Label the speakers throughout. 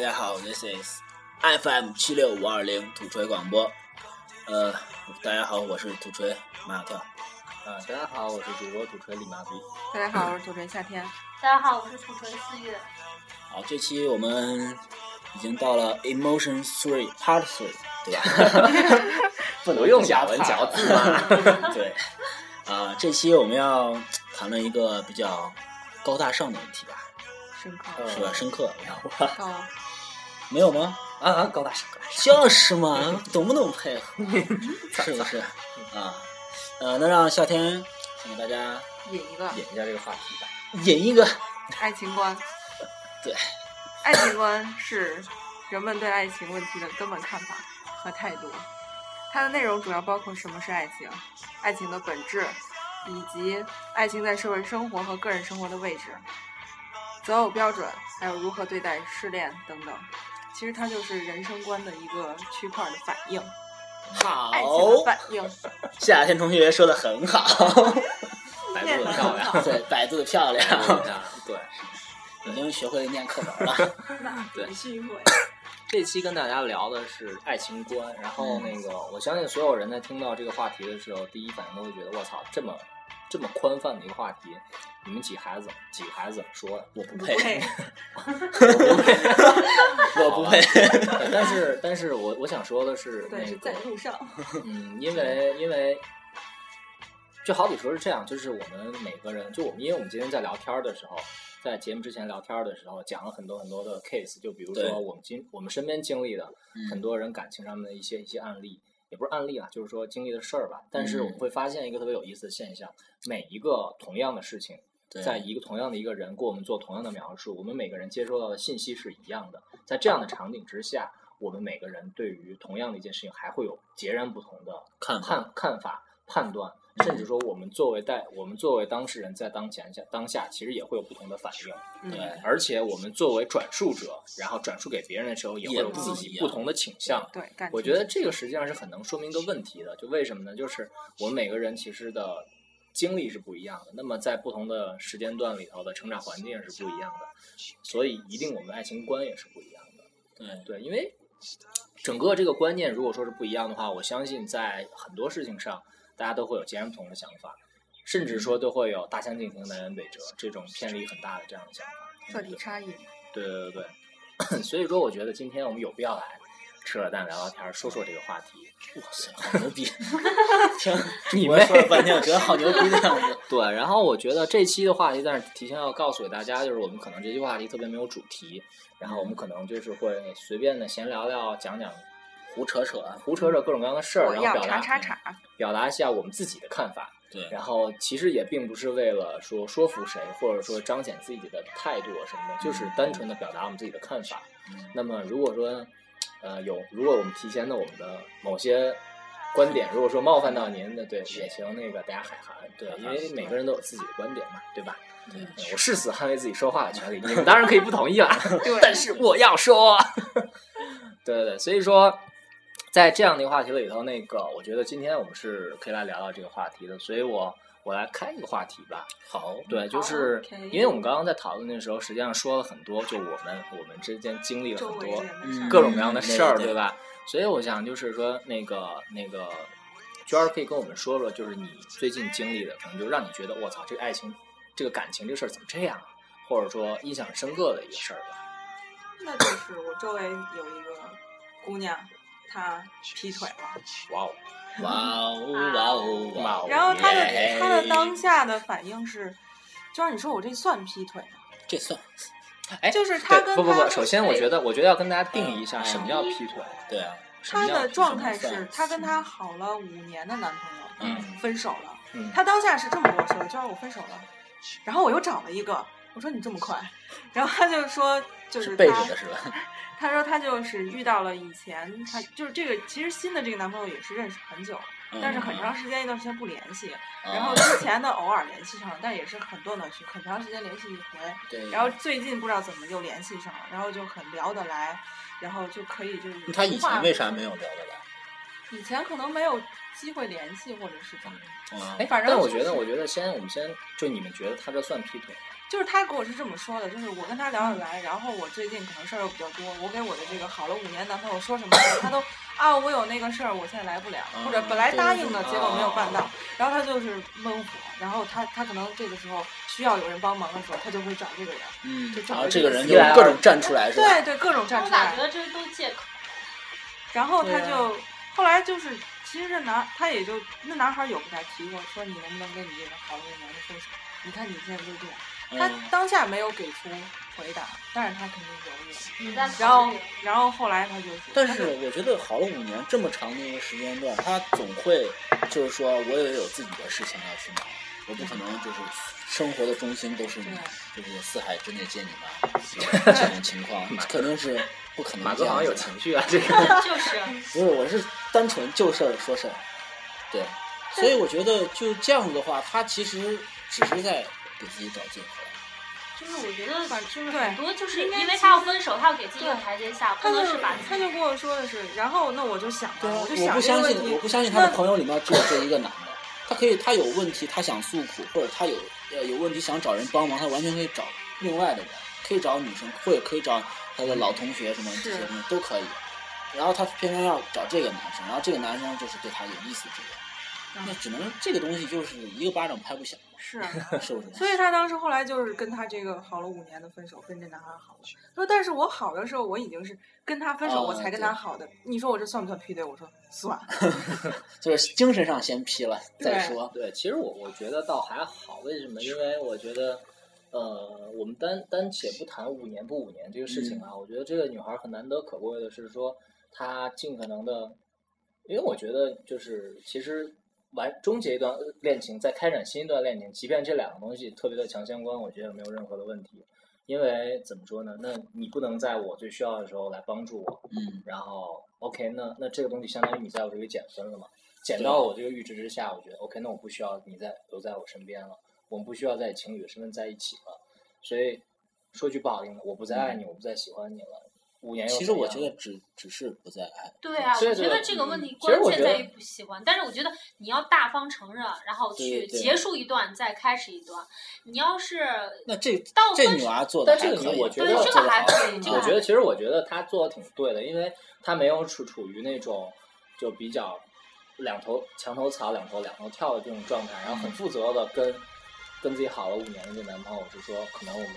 Speaker 1: 家好，This is FM 哎七六五二零土锤广播。呃，大家好，我是土锤马小跳。
Speaker 2: 啊，大家好，我是主播土锤李麻痹。
Speaker 3: 大家好，我是主持人夏天。
Speaker 4: 大家好，我是楚纯四月。
Speaker 1: 好，这期我们已经到了 Emotion Three 哎 Part Three，对吧？不能
Speaker 2: 用
Speaker 1: 假
Speaker 2: 咬文嚼字
Speaker 1: 嘛。 对，啊、这期我们要谈论一个比较高大上的问题吧，
Speaker 3: 深刻
Speaker 2: 嗯
Speaker 1: 是吧？深刻，
Speaker 3: 高，
Speaker 1: 没有吗？
Speaker 2: 啊啊，高大上，高大上。
Speaker 1: 就是嘛，懂不懂配 合？ 是不是？啊，呃，那让夏天请大家
Speaker 3: 引一个
Speaker 2: 引一下这个话题吧。
Speaker 1: 引一个，
Speaker 3: 爱情观。
Speaker 1: 对，
Speaker 3: 爱情观是人们对爱情问题的根本看法和态度。它的内容主要包括什么是爱情、爱情的本质，以及爱情在社会生活和个人生活的位置、择偶标准，还有如何对待失恋等等。其实它就是人生观的一个区块的反应，
Speaker 1: 好
Speaker 3: 爱情的反应。
Speaker 1: 夏天同学说的很好，
Speaker 2: 百
Speaker 3: 念
Speaker 2: 度
Speaker 3: 得
Speaker 2: 很
Speaker 3: 很
Speaker 2: 漂亮
Speaker 3: 好。
Speaker 1: 对，百度的漂亮，
Speaker 2: 啊对，啊
Speaker 1: 已经学会念课文了。
Speaker 2: 对
Speaker 3: 你续会。
Speaker 2: 这期跟大家聊的是爱情观，然后那个，我相信所有人在听到这个话题的时候，第一反应都会觉得，我操，这么这么宽泛的一个话题，你们几孩子，几孩子怎么说呀？
Speaker 1: 我不
Speaker 3: 不
Speaker 1: 配，
Speaker 3: 配，
Speaker 1: 我不配。
Speaker 2: 对但是，但是我我想说的是，那
Speaker 3: 对，是
Speaker 2: 个
Speaker 3: 在路上。
Speaker 2: 嗯，因为因为就好比说是这样，就是我们每个人，就我们因为我们今天在聊天儿的时候，在节目之前聊天儿的时候，讲了很多很多的 case，就比如
Speaker 1: 对
Speaker 2: 说我们经我们身边经历的很
Speaker 1: 嗯
Speaker 2: 多人感情上面的一些一些案例，也不是案例啊，就是说经历的事儿吧。但是我们
Speaker 1: 嗯
Speaker 2: 会发现一个特别有意思的现象，每一个同样的事情。
Speaker 1: 对
Speaker 2: 在一个同样的一个人给我们做同样的描述，我们每个人接收到的信息是一样的。在这样的场景之下，我们每个人对于同样的一件事情还会有截然不同的
Speaker 1: 看法
Speaker 2: 看看法、判断，甚至说我们作为代我们作为当事人在当前下当下，其实也会有不同的反
Speaker 3: 嗯
Speaker 2: 应。
Speaker 1: 对
Speaker 2: 而且我们作为转述者，然后转述给别人的时候，也会
Speaker 1: 也
Speaker 2: 有
Speaker 1: 不
Speaker 2: 自
Speaker 1: 一
Speaker 2: 己
Speaker 1: 样
Speaker 2: 不同的倾向。
Speaker 3: 对，感
Speaker 2: 我
Speaker 3: 情
Speaker 2: 觉得这个实际上是很能说明一个问题的，就为什么呢？就是我们每个人其实的经历是不一样的，那么在不同的时间段里头的成长环境也是不一样的，所以一定我们的爱情观也是不一样的。
Speaker 1: 对，
Speaker 2: 对，因为整个这个观念如果说是不一样的话，我相信在很多事情上，大家都会有截然不同的想法，甚至说都会有大相径庭、南辕北辙这种偏离很大的这样的想法。
Speaker 3: 个体差异。
Speaker 2: 对对对对， 所以说我觉得今天我们有必要来扯扯淡聊聊天儿，说说这个话题。
Speaker 1: 哇塞，好牛 逼！听
Speaker 2: 你
Speaker 1: 我
Speaker 2: 妹
Speaker 1: 说了半天，我觉得好牛逼的样子。
Speaker 2: 对，然后我觉得这期的话题，但是提前要告诉给大家，就是我们可能这期话题特别没有主题，然后我们可能就是会随便的闲聊聊，讲讲
Speaker 1: 胡扯扯，
Speaker 2: 胡扯扯各种各样的事儿，
Speaker 3: 我
Speaker 2: 然后
Speaker 3: 要
Speaker 2: 表
Speaker 3: 查查
Speaker 2: 达
Speaker 3: 查，
Speaker 2: 表达一下我们自己的看法。
Speaker 1: 对，
Speaker 2: 然后其实也并不是为了说说服谁，或者说彰显自己的态度啊什么的，
Speaker 3: 嗯
Speaker 2: 就是单纯的表达我们自己的看法。
Speaker 1: 嗯
Speaker 2: 那么如果说，呃，有如果我们提前的我们的某些观点，如果说冒犯到您的，对，也行，那个大家海涵，对，因为每个人都有自己的观点嘛，对吧？
Speaker 1: 对
Speaker 2: 呃我誓死捍卫自己说话的权利，你们当然可以不同意啦，
Speaker 3: 对
Speaker 2: 但是我要说， 对对对，所以说。在这样的一个话题里头，那个我觉得今天我们是可以来聊聊这个话题的，所以我我来开一个话题吧。
Speaker 1: 好，
Speaker 2: 对，就
Speaker 4: 好
Speaker 2: 是
Speaker 3: 哦 OK
Speaker 2: 因为我们刚刚在讨论的时候，实际上说了很多，就我们我们之间经历了
Speaker 3: 周
Speaker 2: 很
Speaker 3: 围
Speaker 2: 多，
Speaker 3: 人的
Speaker 1: 嗯
Speaker 3: 事儿
Speaker 2: 各种各样的事儿，
Speaker 1: 对对对
Speaker 2: 对吧？所以我想就是说，那个那个娟儿可以跟我们说说，就是你最近经历的，可能就让你觉得我操，这个爱情、这个感情这事儿怎么这样啊？或者说印象深刻的一个事儿吧。
Speaker 3: 那就是我周围有一个姑娘，她劈腿了，
Speaker 2: 哇哦，
Speaker 1: 哇哦哇哦哇哦！
Speaker 3: 啊然后她的
Speaker 1: 耶
Speaker 3: 她的当下的反应是，就是你说我这算劈腿吗？
Speaker 1: 这算
Speaker 2: 哎，
Speaker 3: 就是她
Speaker 2: 对，
Speaker 3: 跟
Speaker 2: 不不
Speaker 3: 她
Speaker 2: 不，首先我觉得，我觉得要跟大家定义一下
Speaker 1: 嗯
Speaker 2: 什么叫劈腿。
Speaker 1: 对啊，
Speaker 2: 什么
Speaker 3: 她
Speaker 2: 叫
Speaker 3: 的状态
Speaker 1: 什么
Speaker 3: 是
Speaker 1: 算，
Speaker 3: 她跟她好了五年的男朋友
Speaker 1: 嗯
Speaker 3: 分手了，
Speaker 2: 嗯，
Speaker 3: 她当下是这么跟我说的，就是我分手了，然后我又找了一个，我说你这么快，然后她就说就是
Speaker 1: 是背
Speaker 3: 她
Speaker 1: 着的是吧？
Speaker 3: 她说她就是遇到了以前，她就是这个其实新的这个男朋友也是认识很久了，但是很长时间一段时间不联系，
Speaker 1: 嗯，
Speaker 3: 然后之前的偶尔联系上了，但也是很断断续，很长时间联系一回，
Speaker 1: 对，
Speaker 3: 然后最近不知道怎么又联系上了，然后就很聊得来，然后就可以就是
Speaker 1: 他以
Speaker 3: 话
Speaker 1: 前为啥没有聊得来？
Speaker 3: 以前可能没有机会联系或者是怎么，
Speaker 1: 嗯
Speaker 2: 哎，
Speaker 3: 反正
Speaker 2: 但我
Speaker 3: 就
Speaker 2: 觉
Speaker 3: 是
Speaker 2: 得，我觉得先我们先就你们觉得他这算劈腿吗？
Speaker 3: 就是他跟我是这么说的，就是我跟他聊得来，然后我最近可能事儿又比较多，我给我的这个好了五年男朋友说什么事儿，他都啊我有那个事儿，我现在来不了，
Speaker 1: 嗯
Speaker 3: 或者本来答应
Speaker 1: 对
Speaker 3: 的，
Speaker 1: 对对
Speaker 3: 结果没有办到
Speaker 2: 哦，
Speaker 3: 然后他就是闷火，然后他他可能这个时候需要有人帮忙的时候，他就会找这个人，
Speaker 1: 嗯
Speaker 3: 就，找
Speaker 1: 然后
Speaker 3: 了
Speaker 1: 这
Speaker 3: 这
Speaker 1: 个
Speaker 3: 个
Speaker 1: 人
Speaker 2: 一
Speaker 1: 就
Speaker 2: 来
Speaker 1: 各
Speaker 2: 二
Speaker 1: 种站出来是吧？
Speaker 3: 对对，各种站
Speaker 4: 我
Speaker 3: 出
Speaker 4: 咋
Speaker 3: 来
Speaker 4: 觉。得这都借口？
Speaker 3: 然后他
Speaker 2: 对啊
Speaker 3: 就、后来就是，其实这男他也就那男孩有给他提过，说你能不能跟你这个好多年的分手？你看你现在就这样，他
Speaker 1: 嗯，
Speaker 3: 当下没有给出回答，但是他肯定犹豫了。
Speaker 4: 你在
Speaker 3: 然
Speaker 4: 考
Speaker 3: 后
Speaker 4: 虑，
Speaker 3: 然后后来他就说，
Speaker 1: 但
Speaker 3: 他
Speaker 1: 是
Speaker 3: 就
Speaker 1: 我觉得好了五年这么长的一个时间段，他总会就是说我也有自己的事情要去忙，我不可能就是生活的中心都是你，就是四海之内皆你妈这种情况，肯定是不可能。
Speaker 2: 马哥好像有情绪啊，这个
Speaker 4: 就是
Speaker 1: 不是，我是单纯就事儿说事儿，对，所以我觉得就这样子的话，他其实只是在给自己找借口。
Speaker 4: 就是我觉得就是
Speaker 3: 对
Speaker 4: 很多就是
Speaker 3: 应
Speaker 4: 因
Speaker 3: 该
Speaker 4: 为
Speaker 3: 其
Speaker 4: 他要分手，他要给自己一个
Speaker 3: 对
Speaker 4: 台阶下，
Speaker 3: 他
Speaker 4: 不能
Speaker 3: 就是
Speaker 4: 把
Speaker 3: 他
Speaker 4: 自己
Speaker 3: 就跟我说的是，然后那我就想了，
Speaker 1: 我
Speaker 3: 就想
Speaker 1: 不
Speaker 3: 这
Speaker 1: 相
Speaker 3: 个问
Speaker 1: 信，我
Speaker 3: 题，
Speaker 1: 不相信他的
Speaker 3: 那
Speaker 1: 朋友里面只有这一个男的。他可以，他有问题，他想诉苦，或者他有呃有问题想找人帮忙，他完全可以找另外的人，可以找女生，或者可以找他的老同学什么这些东西都可以。然后他偏偏要找这个男生，然后这个男生就是对他有意思之类的，那只能这个东西就是一个巴掌拍不 响，
Speaker 3: 是，
Speaker 1: 是不是？
Speaker 3: 所以他当时后来就是跟他这个好了五年的分手，跟这男孩好了。他说，但是我好的时候，我已经是跟他分手，
Speaker 1: 哦
Speaker 3: 我才跟他好的。你说我这算不算劈腿？我说算。
Speaker 1: 就是精神上先批了再
Speaker 3: 对
Speaker 1: 说。
Speaker 2: 对，其实我我觉得倒还好，为什么？因为我觉得，呃，我们单单且不谈五年不五年这个事情啊，我觉得这个女孩很难得可贵的是说，她尽可能的，因为我觉得就是其实完终结一段恋情，再开展新一段恋情，即便这两个东西特别的强相关，我觉得没有任何的问题。因为怎么说呢？那你不能在我最需要的时候来帮助我，
Speaker 1: 嗯，
Speaker 2: 然后 OK，那那这个东西相当于你在我这里减分了嘛？减到我这个阈值之下，我觉得 OK，那我不需要你在留在我身边了，我们不需要在以情侣的身份在一起了。所以说句不好听的，我不再爱你，我不再喜欢你了。五年
Speaker 1: 嗯
Speaker 2: 又
Speaker 1: 其实我
Speaker 2: 怎
Speaker 1: 觉
Speaker 2: 样
Speaker 1: 得只只是不在爱，
Speaker 4: 对啊，
Speaker 2: 所以
Speaker 4: 我觉
Speaker 2: 这个
Speaker 4: 得这个问
Speaker 2: 嗯
Speaker 4: 题
Speaker 2: 其实
Speaker 4: 关
Speaker 2: 我觉
Speaker 4: 键
Speaker 2: 得
Speaker 4: 在于不喜欢，但是我觉得你要大方承认，然后
Speaker 1: 对
Speaker 4: 去
Speaker 1: 对
Speaker 4: 结束一段，再开始一段。你要是
Speaker 1: 那这
Speaker 4: 到
Speaker 1: 这
Speaker 4: 分
Speaker 1: 女
Speaker 4: 手
Speaker 1: 娃做的啊
Speaker 2: 但
Speaker 1: 还
Speaker 2: 这个
Speaker 1: 可
Speaker 2: 女
Speaker 1: 以，
Speaker 2: 我觉
Speaker 4: 对这
Speaker 2: 得做
Speaker 4: 个
Speaker 2: 得
Speaker 4: 还
Speaker 2: 好
Speaker 4: 可以，这
Speaker 2: 我
Speaker 4: 个
Speaker 2: 觉得其实我觉得他做的挺对的，因为他没有处处于那种就比较两头墙头草两头两头跳的这种状态，然后
Speaker 4: 嗯
Speaker 2: 很负责的跟跟自己好了五年的这男朋友就说可能我们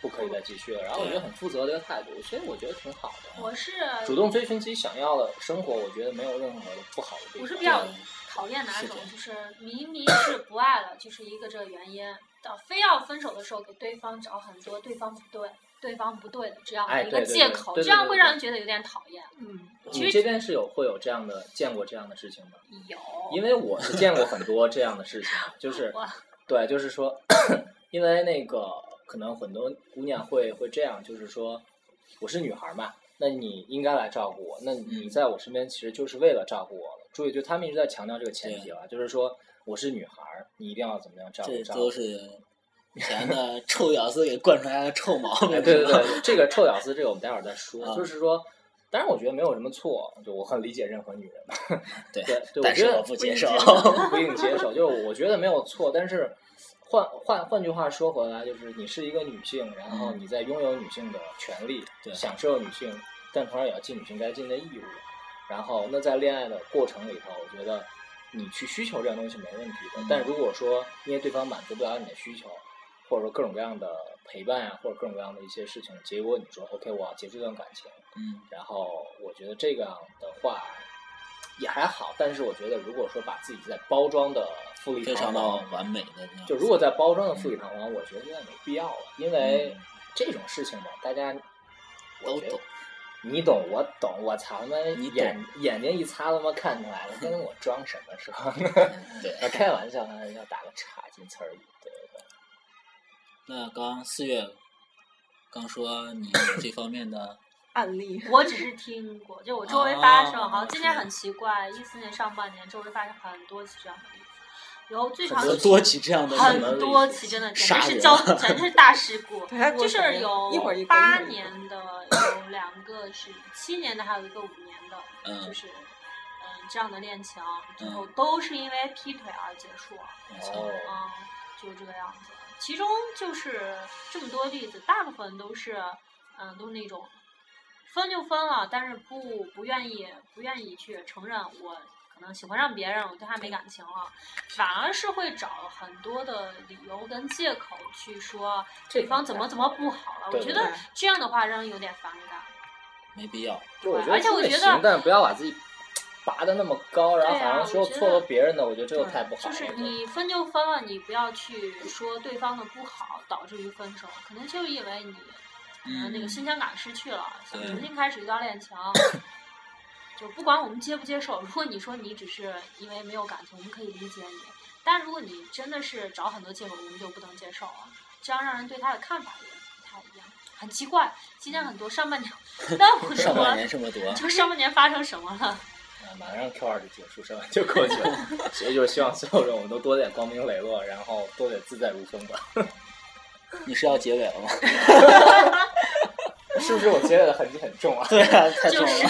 Speaker 2: 不可以再继续了，然后我觉得很负责的一个态度，所以我觉得挺好的。
Speaker 4: 我是
Speaker 2: 主动追寻自己想要的生活，我觉得没有任何的不好的地方。
Speaker 4: 我是比较
Speaker 1: 对
Speaker 4: 讨厌哪
Speaker 1: 是
Speaker 4: 种
Speaker 1: 的，
Speaker 4: 就是明明是不爱了，就是一个这个原因，到非要分手的时候给对方找很多对方不对、对方不对的这样
Speaker 2: 哎
Speaker 4: 的一个
Speaker 2: 对对
Speaker 4: 借
Speaker 2: 对
Speaker 4: 口，
Speaker 2: 对对
Speaker 4: 这样
Speaker 2: 对
Speaker 4: 会
Speaker 2: 对
Speaker 4: 让人觉得有点讨厌。
Speaker 3: 嗯，
Speaker 4: 其
Speaker 2: 你
Speaker 4: 实
Speaker 2: 这边是有会有这样的见过这样的事情吗？
Speaker 4: 有，
Speaker 2: 因为我是见过很多这样的事情，就是
Speaker 4: 哇
Speaker 2: 对，就是说， 因为那个可能很多姑娘会会这样，就是说，我是女孩嘛，那你应该来照顾我，
Speaker 1: 嗯
Speaker 2: 那你在我身边其实就是为了照顾我了。注意，就他们一直在强调这个前提了，啊就是说我是女孩儿，你一定要怎么样照顾
Speaker 1: 这
Speaker 2: 照
Speaker 1: 都
Speaker 2: 顾。
Speaker 1: 是以前的臭屌丝给惯出来的臭毛病。
Speaker 2: 哎，对对对，这个臭屌丝，这个我们待会儿再说。
Speaker 1: 啊
Speaker 2: 就是说，当然我觉得没有什么错，就我很理解任何女人嘛。
Speaker 1: 对
Speaker 2: 对对，我
Speaker 1: 但是
Speaker 2: 觉得
Speaker 1: 我不接受。
Speaker 2: 不一定接受，就是我觉得没有错，但是换换换句话说回来，就是你是一个女性，然后你在拥有女性的权利，
Speaker 1: 嗯对
Speaker 2: 享受女性，但同样也要尽女性该尽的义务。然后那在恋爱的过程里头，我觉得你去需求这样东西没问题的，
Speaker 1: 嗯
Speaker 2: 但如果说因为对方满足不了你的需求，或者说各种各样的陪伴啊，或者各种各样的一些事情，结果你说 OK，我要结束这段感情，
Speaker 1: 嗯，
Speaker 2: 然后我觉得这样的话也还好，但是我觉得如果说把自己在包装的富丽
Speaker 1: 非常
Speaker 2: 堂
Speaker 1: 的
Speaker 2: 皇，
Speaker 1: 完美的那样。
Speaker 2: 就如果在包装的富丽堂皇，我觉得现在没必要了，因为
Speaker 1: 嗯
Speaker 2: 这种事情嘛，大家
Speaker 1: 都
Speaker 2: 我觉得
Speaker 1: 懂
Speaker 2: 你懂我懂，我操他妈
Speaker 1: 你
Speaker 2: 眼眼睛一擦他妈看出来了，跟我装什么是 吧？
Speaker 1: 嗯对，
Speaker 2: 开玩笑，开玩笑，打个岔，仅此而已。对对对，
Speaker 1: 那刚四月刚说你这方面 的，
Speaker 3: 案例
Speaker 4: 我只是听过，就我周围发生，
Speaker 1: 哦
Speaker 4: 好像今年很奇怪，一四年上半年周围发生很多起这样的例子，然后最常
Speaker 1: 很多起这样的什么
Speaker 4: 很多起真的简
Speaker 1: 杀
Speaker 4: 直是
Speaker 1: 人 啊
Speaker 4: 交， 简直是大事 故
Speaker 3: 对他给，我
Speaker 4: 就
Speaker 3: 讲
Speaker 4: 是
Speaker 3: 一
Speaker 4: 有
Speaker 3: 一会儿一个一
Speaker 4: 八
Speaker 3: 会儿一个
Speaker 4: 年的，有两个是七年的，还有一个五年的，
Speaker 1: 嗯
Speaker 4: 就，是嗯这样的恋情，最
Speaker 1: 嗯
Speaker 4: 后都是因为劈腿而结束，
Speaker 1: 我操
Speaker 2: 哦，
Speaker 4: 嗯，就这个样子。其中就是这么多例子，大部分都是，嗯、都是那种分就分了，但是不不愿意不愿意去承认我可能喜欢上别人，我对他没感情了，反而是会找很多的理由跟借口去说
Speaker 2: 这
Speaker 4: 对方怎么怎么不好了。
Speaker 2: 对
Speaker 4: 我觉
Speaker 2: 对
Speaker 4: 得这样的话让人有点反感。
Speaker 1: 没必要。
Speaker 2: 就我觉
Speaker 4: 而
Speaker 2: 得
Speaker 4: 且我
Speaker 2: 这也
Speaker 4: 觉得
Speaker 2: 行，但不要把自己拔的那么高，然后
Speaker 4: 对啊
Speaker 2: 好像说
Speaker 4: 我觉得
Speaker 2: 错了别人的，我觉得这个太不好
Speaker 4: 就
Speaker 2: 了。
Speaker 4: 是你分就分了，你不要去说对方的不好导致于分手，可能就是因为你，嗯，那个新鲜感失去了，想重新开始一段恋情。就不管我们接不接受，如果你说你只是因为没有感情，我们可以理解你；但如果你真的是找很多借口，我们就不能接受了。这样让人对他的看法也不太一样，很奇怪。今年很多上半年 那我
Speaker 1: 上
Speaker 4: 什
Speaker 1: 半
Speaker 4: 么，
Speaker 1: 年这么多，
Speaker 4: 就上半年发生什么了？
Speaker 2: 啊，马上 Q 二就结束，上完就过去 了，所以就是希望所有人我们都多点光明磊落，然后多点自在如风吧。
Speaker 1: 你是要结尾 了吗？
Speaker 2: 是不是我结尾的痕迹很重啊？
Speaker 1: 对啊，太重
Speaker 4: 就
Speaker 1: 了，
Speaker 4: 是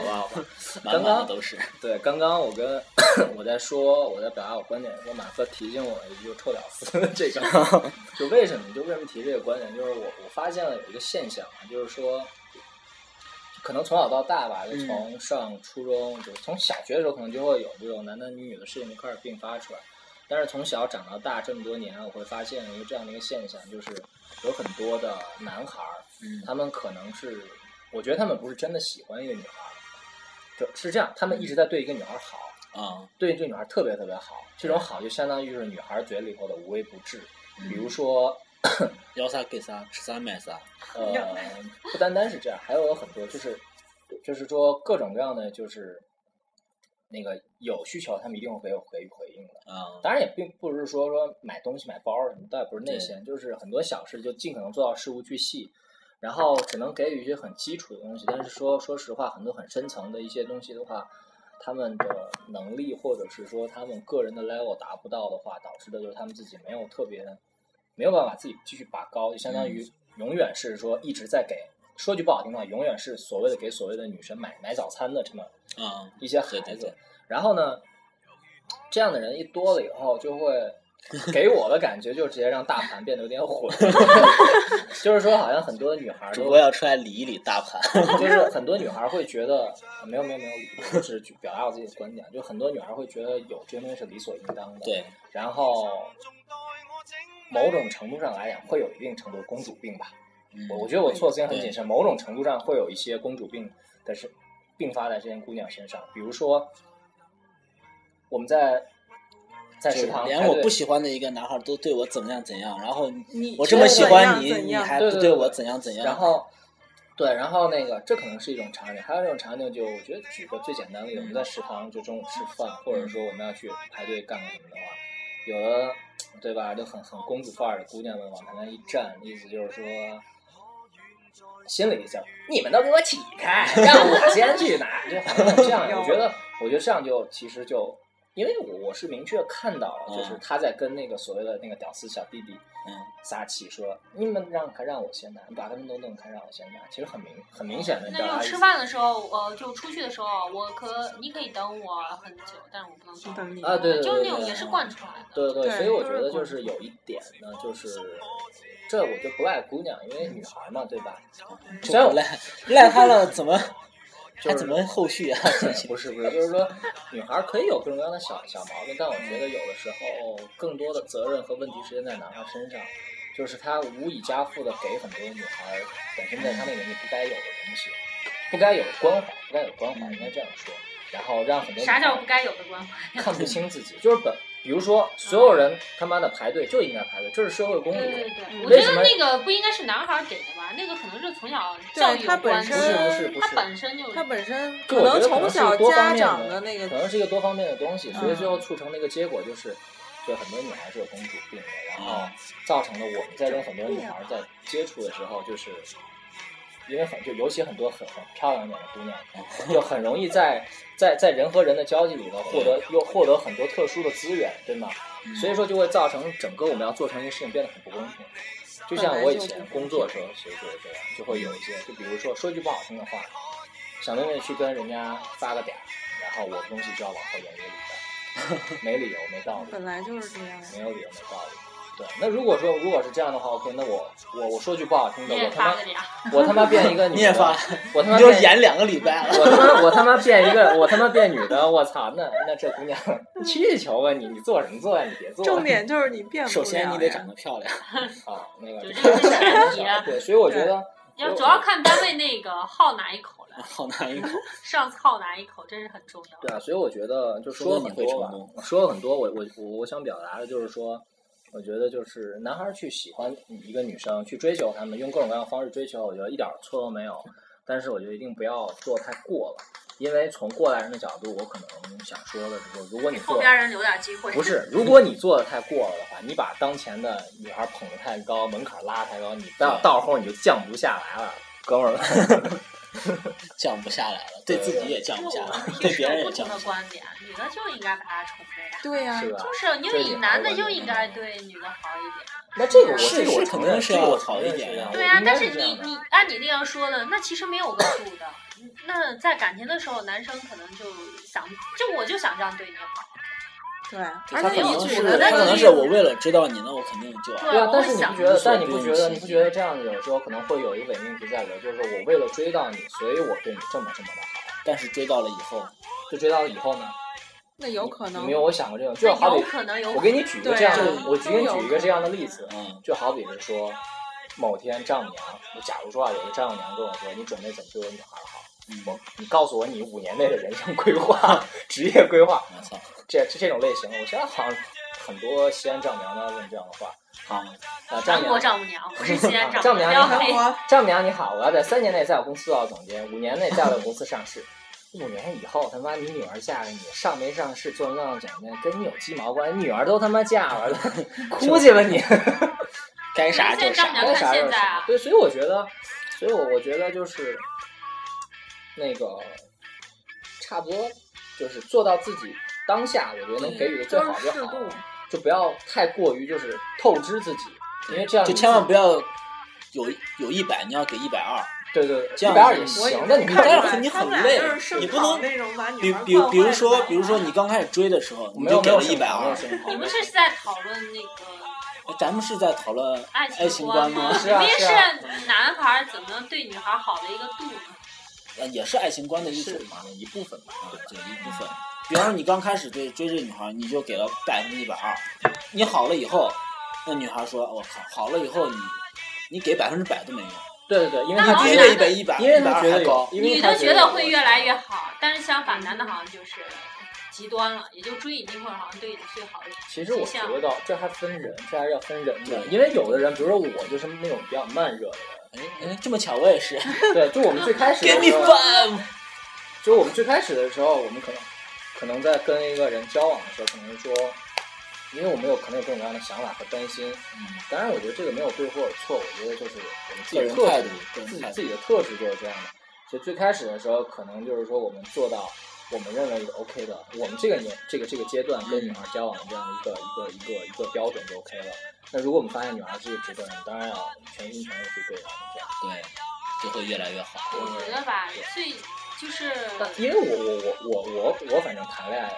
Speaker 1: 好吧，好吧，满
Speaker 2: 刚
Speaker 1: 满的
Speaker 2: 刚
Speaker 1: 都是。
Speaker 2: 对，刚刚我跟 我在说，我在表达我观点的时候，马克提醒我一句“臭屌丝”这个，就为什么？就为什么提这个观点？就是我我发现了有一个现象啊，就是说，可能从小到大吧，就
Speaker 1: 嗯
Speaker 2: 从上初中，就从小学的时候，可能就会有这种男男女女的事情就开始并发出来。但是从小长到大这么多年，我会发现一个这样的一个现象，就是有很多的男孩儿，
Speaker 1: 嗯，
Speaker 2: 他们可能是，我觉得他们不是真的喜欢一个女孩儿，就是这样，他们一直在对一个女孩儿好，
Speaker 1: 啊，
Speaker 2: 对这个女孩儿特别特别好，这种好就相当于是女孩儿嘴里头的无微不至，
Speaker 1: 嗯
Speaker 2: 比如说，
Speaker 1: 要啥嗯给啥，吃啥买啥。
Speaker 2: 呃，不单单是这样，还有很多就是，就是说各种各样的就是。那个有需求，他们一定会有回回应的。
Speaker 1: 啊，
Speaker 2: 当然也并不是说说买东西买包儿什么，倒也不是那些，就是很多小事就尽可能做到事无巨细，然后只能给予一些很基础的东西。但是说说实话，很多很深层的一些东西的话，他们的能力或者是说他们个人的 level 达不到的话，导致的就是他们自己没有特别的，没有办法自己继续拔高，就相当于永远是说一直在给。说句不好听的话，永远是所谓的给所谓的女生买买早餐的这么
Speaker 1: 啊，
Speaker 2: 一些孩
Speaker 1: 对对
Speaker 2: 子
Speaker 1: 对。
Speaker 2: 然后呢，这样的人一多了以后，就会 给我的感觉就直接让大盘变得有点混，就是说好像很多女孩儿
Speaker 1: 主
Speaker 2: 都
Speaker 1: 播要出来理一理大盘。
Speaker 2: 就是很多女孩会觉得没有没有没有理，我只是去表达我自己的观点。就很多女孩会觉得有这些东西是理所应当的，。
Speaker 1: 对，
Speaker 2: 然后某种程度上来讲，会有一定程度的公主病吧。
Speaker 1: 嗯
Speaker 2: 我我觉得我做的事情很
Speaker 1: 对
Speaker 2: 谨慎，某种程度上会有一些公主病但是并发在这些姑娘身上。比如说，我们在在
Speaker 1: 就是
Speaker 2: 食堂
Speaker 1: 连
Speaker 2: 排
Speaker 1: 我
Speaker 2: 队
Speaker 1: 不喜欢的一个男孩都对我怎么样怎样，然后
Speaker 3: 你
Speaker 1: 我这么喜欢你，
Speaker 3: 觉得怎
Speaker 1: 你
Speaker 3: 样
Speaker 1: 还
Speaker 2: 对
Speaker 1: 不
Speaker 2: 对
Speaker 1: 对
Speaker 2: 对
Speaker 1: 我怎样怎样？
Speaker 2: 然后，对，然后那个这可能是一种场景，还有一种场景就我觉得举个最简单的例子，我们
Speaker 1: 嗯
Speaker 2: 在食堂就中午吃饭，或者说我们要去排队干个什么的话，有的对吧，就很很公子范儿的姑娘们往旁边一站，意思就是说。心里想，你们都给我起开，让我先去拿。就好像这样，我觉 得，我觉得这样就其实就，因为我我是明确看到了，就是
Speaker 1: 嗯
Speaker 2: 他在跟那个所谓的那个屌丝小弟弟，
Speaker 1: 嗯，
Speaker 2: 撒气说：“你们让开，让我先拿，你把他们都弄开，让我先拿。”其实很明很明显的，你知道
Speaker 4: 那
Speaker 2: 吗
Speaker 4: 就吃饭的时候，我就出去的时候，我可你可以等我很久，但是我不能
Speaker 3: 我等你
Speaker 2: 啊，对对对
Speaker 4: 就是那种
Speaker 2: 对
Speaker 4: 也是惯出来的。
Speaker 2: 对对，
Speaker 3: 对
Speaker 2: 所以我
Speaker 3: 都
Speaker 2: 觉
Speaker 3: 是
Speaker 2: 得
Speaker 3: 惯
Speaker 2: 就是有一点呢，就是这我就不赖姑娘，因为女孩嘛，对吧？
Speaker 3: 嗯
Speaker 1: 就
Speaker 2: 虽然我
Speaker 1: 不赖赖他了，怎么
Speaker 2: 就是
Speaker 3: 哎
Speaker 1: 还怎么后续 啊？真是
Speaker 2: 不是不是，就是说女孩可以有各种各样的小小毛病，但我觉得有的时候更多的责任和问题出现在男孩身上，就是他无以加赋的给很多女孩本身在他们眼里不该有的东西，不该有的关怀，不该有的关怀，应该这样说。然后让很多女
Speaker 4: 啥叫
Speaker 2: 孩
Speaker 4: 不该有的关怀？
Speaker 2: 看不清自己，就是本，比如说所有人他妈的排队就应该排队，这是社会公
Speaker 4: 对
Speaker 2: 理。
Speaker 4: 对对，我
Speaker 2: 为
Speaker 4: 觉
Speaker 2: 什
Speaker 4: 得
Speaker 2: 么
Speaker 4: 那个不应该是男孩儿给的吧？那个可能是从小教育
Speaker 3: 对
Speaker 4: 有
Speaker 3: 他本
Speaker 4: 关系，
Speaker 3: 身
Speaker 2: 不是不是不
Speaker 4: 他
Speaker 2: 是
Speaker 4: 本身就
Speaker 3: 他本身
Speaker 2: 就
Speaker 3: 可
Speaker 2: 我觉
Speaker 3: 能
Speaker 2: 得可能
Speaker 3: 从
Speaker 2: 是
Speaker 3: 小
Speaker 2: 多方
Speaker 3: 家
Speaker 2: 面
Speaker 3: 长
Speaker 2: 的
Speaker 3: 那
Speaker 2: 可
Speaker 3: 个，
Speaker 2: 能是一个多方面的东西，所以
Speaker 3: 嗯
Speaker 2: 最后促成的一个结果就是，就很多女孩是有公主病的，然
Speaker 3: 嗯
Speaker 2: 后造成了我们在跟很多女孩在接触的时候，就是因为很就尤其很多很很漂亮一点的姑 娘，就很容易在在在人和人的交际里头获得又获得很多特殊的资源，对吗？
Speaker 3: 嗯
Speaker 2: 所以说就会造成整个我们要做成一个事情变得很不公平。就像我以前工作的时候，其实就是这样，就会有一些，就比如说说一句不好听的话，小妹妹去跟人家发个嗲，然后我 东西就要往后延一个礼拜，没理由，没道理，
Speaker 3: 本来就是这样。
Speaker 2: 没有理由，没道理。对，那如果说如果是这样的话，OK，那我我我说句不好听的，
Speaker 4: 你
Speaker 2: 我
Speaker 4: 也
Speaker 2: 他
Speaker 4: 发
Speaker 2: 妈
Speaker 4: 了俩，
Speaker 2: 我他妈 变一个女的，
Speaker 1: 你也发，
Speaker 2: 我他
Speaker 1: 你
Speaker 2: 妈
Speaker 1: 就
Speaker 2: 变
Speaker 1: 演两个礼拜了。
Speaker 2: 我他妈我他妈变一个，我他妈变女的，我操！那那这姑娘，
Speaker 4: 嗯
Speaker 2: 你去球吧你，你做什么做呀？你别做。
Speaker 3: 重点就是你变不了。
Speaker 1: 首先你得长。得漂亮，
Speaker 2: 啊，那个
Speaker 4: 就这个问题啊
Speaker 2: 对，所以我觉得
Speaker 4: 要主要看单位那个好哪一口了，
Speaker 1: 好难一口。
Speaker 4: 上次好哪一口，这是很重要。
Speaker 2: 对啊，所以我觉得就
Speaker 1: 说
Speaker 2: 说
Speaker 1: 不定
Speaker 2: 很
Speaker 1: 你会
Speaker 2: 多吧
Speaker 1: 成功，
Speaker 2: 说了很多，我我我我想表达的就是说，我觉得就是男孩儿去喜欢一个女生，去追求她们，用各种各样的方式追求，我觉得一点儿错都没有。但是我觉得一定不要做太过了，因为从过来人的角度，我可能想说的是说，如果你
Speaker 4: 后
Speaker 2: 做
Speaker 4: 边人留点机会。
Speaker 2: 不是，如果你做的太过了的话，你把当前的女孩捧得太高，门槛拉得太高，你
Speaker 1: 对
Speaker 2: 到
Speaker 1: 啊
Speaker 2: 到时候你就降不下来了，哥们儿
Speaker 4: 啊
Speaker 2: 们。
Speaker 1: 降不下来了，对自己也降
Speaker 4: 这
Speaker 1: 不
Speaker 4: 是
Speaker 1: 下
Speaker 4: 我
Speaker 1: 来
Speaker 4: 们，
Speaker 1: 对
Speaker 4: 平时
Speaker 1: 别人
Speaker 4: 有不
Speaker 1: 也降不
Speaker 4: 同的
Speaker 1: 下来。
Speaker 4: 观点，女的就应该把它宠着呀，
Speaker 3: 对呀、
Speaker 2: 是吧？
Speaker 4: 就是因
Speaker 2: 这
Speaker 4: 为
Speaker 2: 女
Speaker 4: 你
Speaker 2: 孩
Speaker 4: 男的
Speaker 2: 子
Speaker 4: 就
Speaker 2: 嘛
Speaker 4: 应该对女的好一点。
Speaker 2: 那这个我
Speaker 1: 是
Speaker 2: 这个我
Speaker 1: 是
Speaker 2: 承
Speaker 1: 肯
Speaker 2: 认，
Speaker 1: 定是
Speaker 2: 这个
Speaker 1: 要
Speaker 2: 我
Speaker 1: 好
Speaker 2: 承
Speaker 1: 一
Speaker 2: 认
Speaker 1: 点
Speaker 2: 这
Speaker 1: 呀
Speaker 2: 样
Speaker 4: 对
Speaker 2: 我
Speaker 4: 啊，但
Speaker 2: 应该是这
Speaker 4: 你
Speaker 2: 样的
Speaker 4: 你按你那样说的，那其实没有个度的。那在感情的时候，男生可能就想，就我就想这样对你好。
Speaker 3: 对，
Speaker 1: 他
Speaker 3: 而
Speaker 1: 可
Speaker 3: 且
Speaker 4: 有
Speaker 1: 能
Speaker 3: 你
Speaker 1: 是
Speaker 3: 觉
Speaker 4: 的
Speaker 1: 他
Speaker 3: 得
Speaker 1: 可能
Speaker 4: 你
Speaker 1: 是我为了知道你，那我肯定就
Speaker 4: 对
Speaker 2: 对啊
Speaker 4: 我，
Speaker 2: 但
Speaker 4: 会
Speaker 2: 是你
Speaker 4: 想
Speaker 2: 不觉得
Speaker 1: 着？
Speaker 2: 但你
Speaker 1: 做
Speaker 2: 不
Speaker 1: 这
Speaker 2: 觉
Speaker 1: 种
Speaker 2: 得？
Speaker 1: 事
Speaker 2: 你不觉得这样有时候可能会有一个伪命题在里头，就是我为了追到你，所以我对你这么这么的好，
Speaker 1: 但是追到了以后，
Speaker 2: 就追到了以后呢？
Speaker 3: 那有
Speaker 2: 你
Speaker 3: 可
Speaker 2: 你
Speaker 3: 能
Speaker 2: 没有我想过这种，就好
Speaker 4: 有
Speaker 2: 比
Speaker 4: 可能有
Speaker 2: 我给你举一个
Speaker 3: 对
Speaker 2: 这样
Speaker 3: 啊
Speaker 2: 的，我举给你
Speaker 3: 都有
Speaker 2: 举一个这样的例子，啊
Speaker 1: 嗯，
Speaker 2: 就好比是说，某天丈母娘，我假如说啊，有个丈母娘跟我说，你准备怎么对我女孩好？
Speaker 1: 嗯
Speaker 2: 我你告诉我你五年内的人生规划、 职业规划，
Speaker 1: 我操，
Speaker 2: 这这这种类型，我现在好像很多西安丈母娘都在问这样的话
Speaker 1: 好，
Speaker 2: 啊，丈
Speaker 4: 韩
Speaker 2: 母
Speaker 4: 国
Speaker 2: 娘。
Speaker 4: 丈母 娘，不是西安
Speaker 2: 丈母
Speaker 4: 母娘，要
Speaker 2: 娘你好
Speaker 3: 韩
Speaker 4: 黑
Speaker 3: 国
Speaker 2: 丈母娘你好，我要在三年内在我公司做到总监，五年内在我公司上市。五年以后，他妈你女儿嫁给你，上没上市做不做总监，跟你有鸡毛关系？女儿都他妈嫁了， 哭去吧你！
Speaker 1: 该啥就
Speaker 4: 现在丈母
Speaker 1: 啥
Speaker 4: 娘。
Speaker 2: 那
Speaker 4: 看
Speaker 2: 啥
Speaker 4: 现
Speaker 2: 就是
Speaker 4: 在 啊
Speaker 2: 啥对，所以我觉得，所以我我觉得就是那个差不多，就是做到自己当下，我觉得能给予的最
Speaker 3: 就
Speaker 2: 好
Speaker 3: 是
Speaker 2: 就
Speaker 3: 适
Speaker 2: 好，
Speaker 3: 度，
Speaker 2: 就不要太过于就是透支自己，因为这样
Speaker 1: 就
Speaker 2: 你
Speaker 1: 千万
Speaker 2: 自
Speaker 1: 不要有有一百，你要给一百二。
Speaker 2: 对对
Speaker 1: 这
Speaker 2: 对，一
Speaker 1: 样
Speaker 2: 百二也
Speaker 1: 子
Speaker 3: 我也
Speaker 2: 行，那你
Speaker 1: 你
Speaker 2: 看
Speaker 1: 当然
Speaker 2: 出来
Speaker 1: 很你
Speaker 3: 他
Speaker 1: 很
Speaker 3: 们俩
Speaker 1: 累
Speaker 3: 就是盛
Speaker 1: 你不
Speaker 3: 考
Speaker 1: 能
Speaker 3: 那种把女
Speaker 1: 比
Speaker 3: 孩
Speaker 1: 比
Speaker 3: 惯
Speaker 1: 比如
Speaker 3: 坏
Speaker 1: 说，
Speaker 3: 的
Speaker 1: 比如说你刚开始追的时候，你
Speaker 2: 没
Speaker 1: 就
Speaker 2: 有
Speaker 1: 给
Speaker 2: 没有
Speaker 1: 了一百二。哎
Speaker 4: 你们是在讨论那个
Speaker 1: 咱们是在讨论
Speaker 4: 爱
Speaker 1: 情
Speaker 4: 情
Speaker 1: 观
Speaker 4: 吗？
Speaker 1: 吗
Speaker 2: 是啊
Speaker 4: 明明
Speaker 2: 是啊
Speaker 4: 是男孩怎么对女孩好的一个度呢？
Speaker 1: 呃，也是爱情观的一种嘛，
Speaker 2: 一部分吧，
Speaker 1: 啊
Speaker 2: 对，
Speaker 1: 这一部分。比方说你刚开始对追这女孩，你就给了百分之一百二，你好了以后，那女孩说：“我靠，好了以后你你给百分之百都没用，
Speaker 2: 对对对，因为
Speaker 4: 那
Speaker 1: 哦你
Speaker 2: 他
Speaker 4: 老
Speaker 1: 必
Speaker 2: 觉
Speaker 1: 须
Speaker 4: 板
Speaker 1: 得
Speaker 2: 得，
Speaker 1: 一百一百，
Speaker 2: 因为
Speaker 1: 一百
Speaker 2: 他
Speaker 1: 二
Speaker 2: 觉
Speaker 1: 还
Speaker 2: 得嗯
Speaker 1: 高
Speaker 2: 有，因为
Speaker 4: 女
Speaker 2: 他
Speaker 4: 的觉得会越来越
Speaker 2: 好。
Speaker 4: 好，但是相反，男的好像就是极端了，也就追你那会儿，好像对你最好的
Speaker 2: 其实我
Speaker 4: 倾向
Speaker 2: 觉得这还分人，这还是要分人的
Speaker 1: 对，
Speaker 2: 因为有的人，比如说我就是那种比较慢热的 人，
Speaker 1: 哎哎，这么巧我也是。
Speaker 2: 对，就我们最开始
Speaker 1: Give
Speaker 2: 的
Speaker 1: me
Speaker 2: 时候
Speaker 1: five。
Speaker 2: 就我们最开始的时候，我们可能可能在跟一个人交往的时候，可能说，因为我们有可能有各种各样的想法和担心，当然我觉得这个没有对或者错，我觉得就是我们自己的
Speaker 1: 个人态
Speaker 2: 特
Speaker 1: 度个
Speaker 2: 质，
Speaker 1: 人
Speaker 2: 自己
Speaker 1: 态度
Speaker 2: 自己的特质就是这样的。所以最开始的时候，可能就是说我们做到我们认为 OK 的，我们这个年这个这个阶段跟女孩交往的这样的一个一个一个一个标准就 OK 了。那如果我们发现女孩是一个直的人，当然要全心全意去对她们这样。
Speaker 1: 对，就会越来越好。
Speaker 4: 我觉得吧，最就是
Speaker 2: 但因为我我我我我我反正谈恋爱，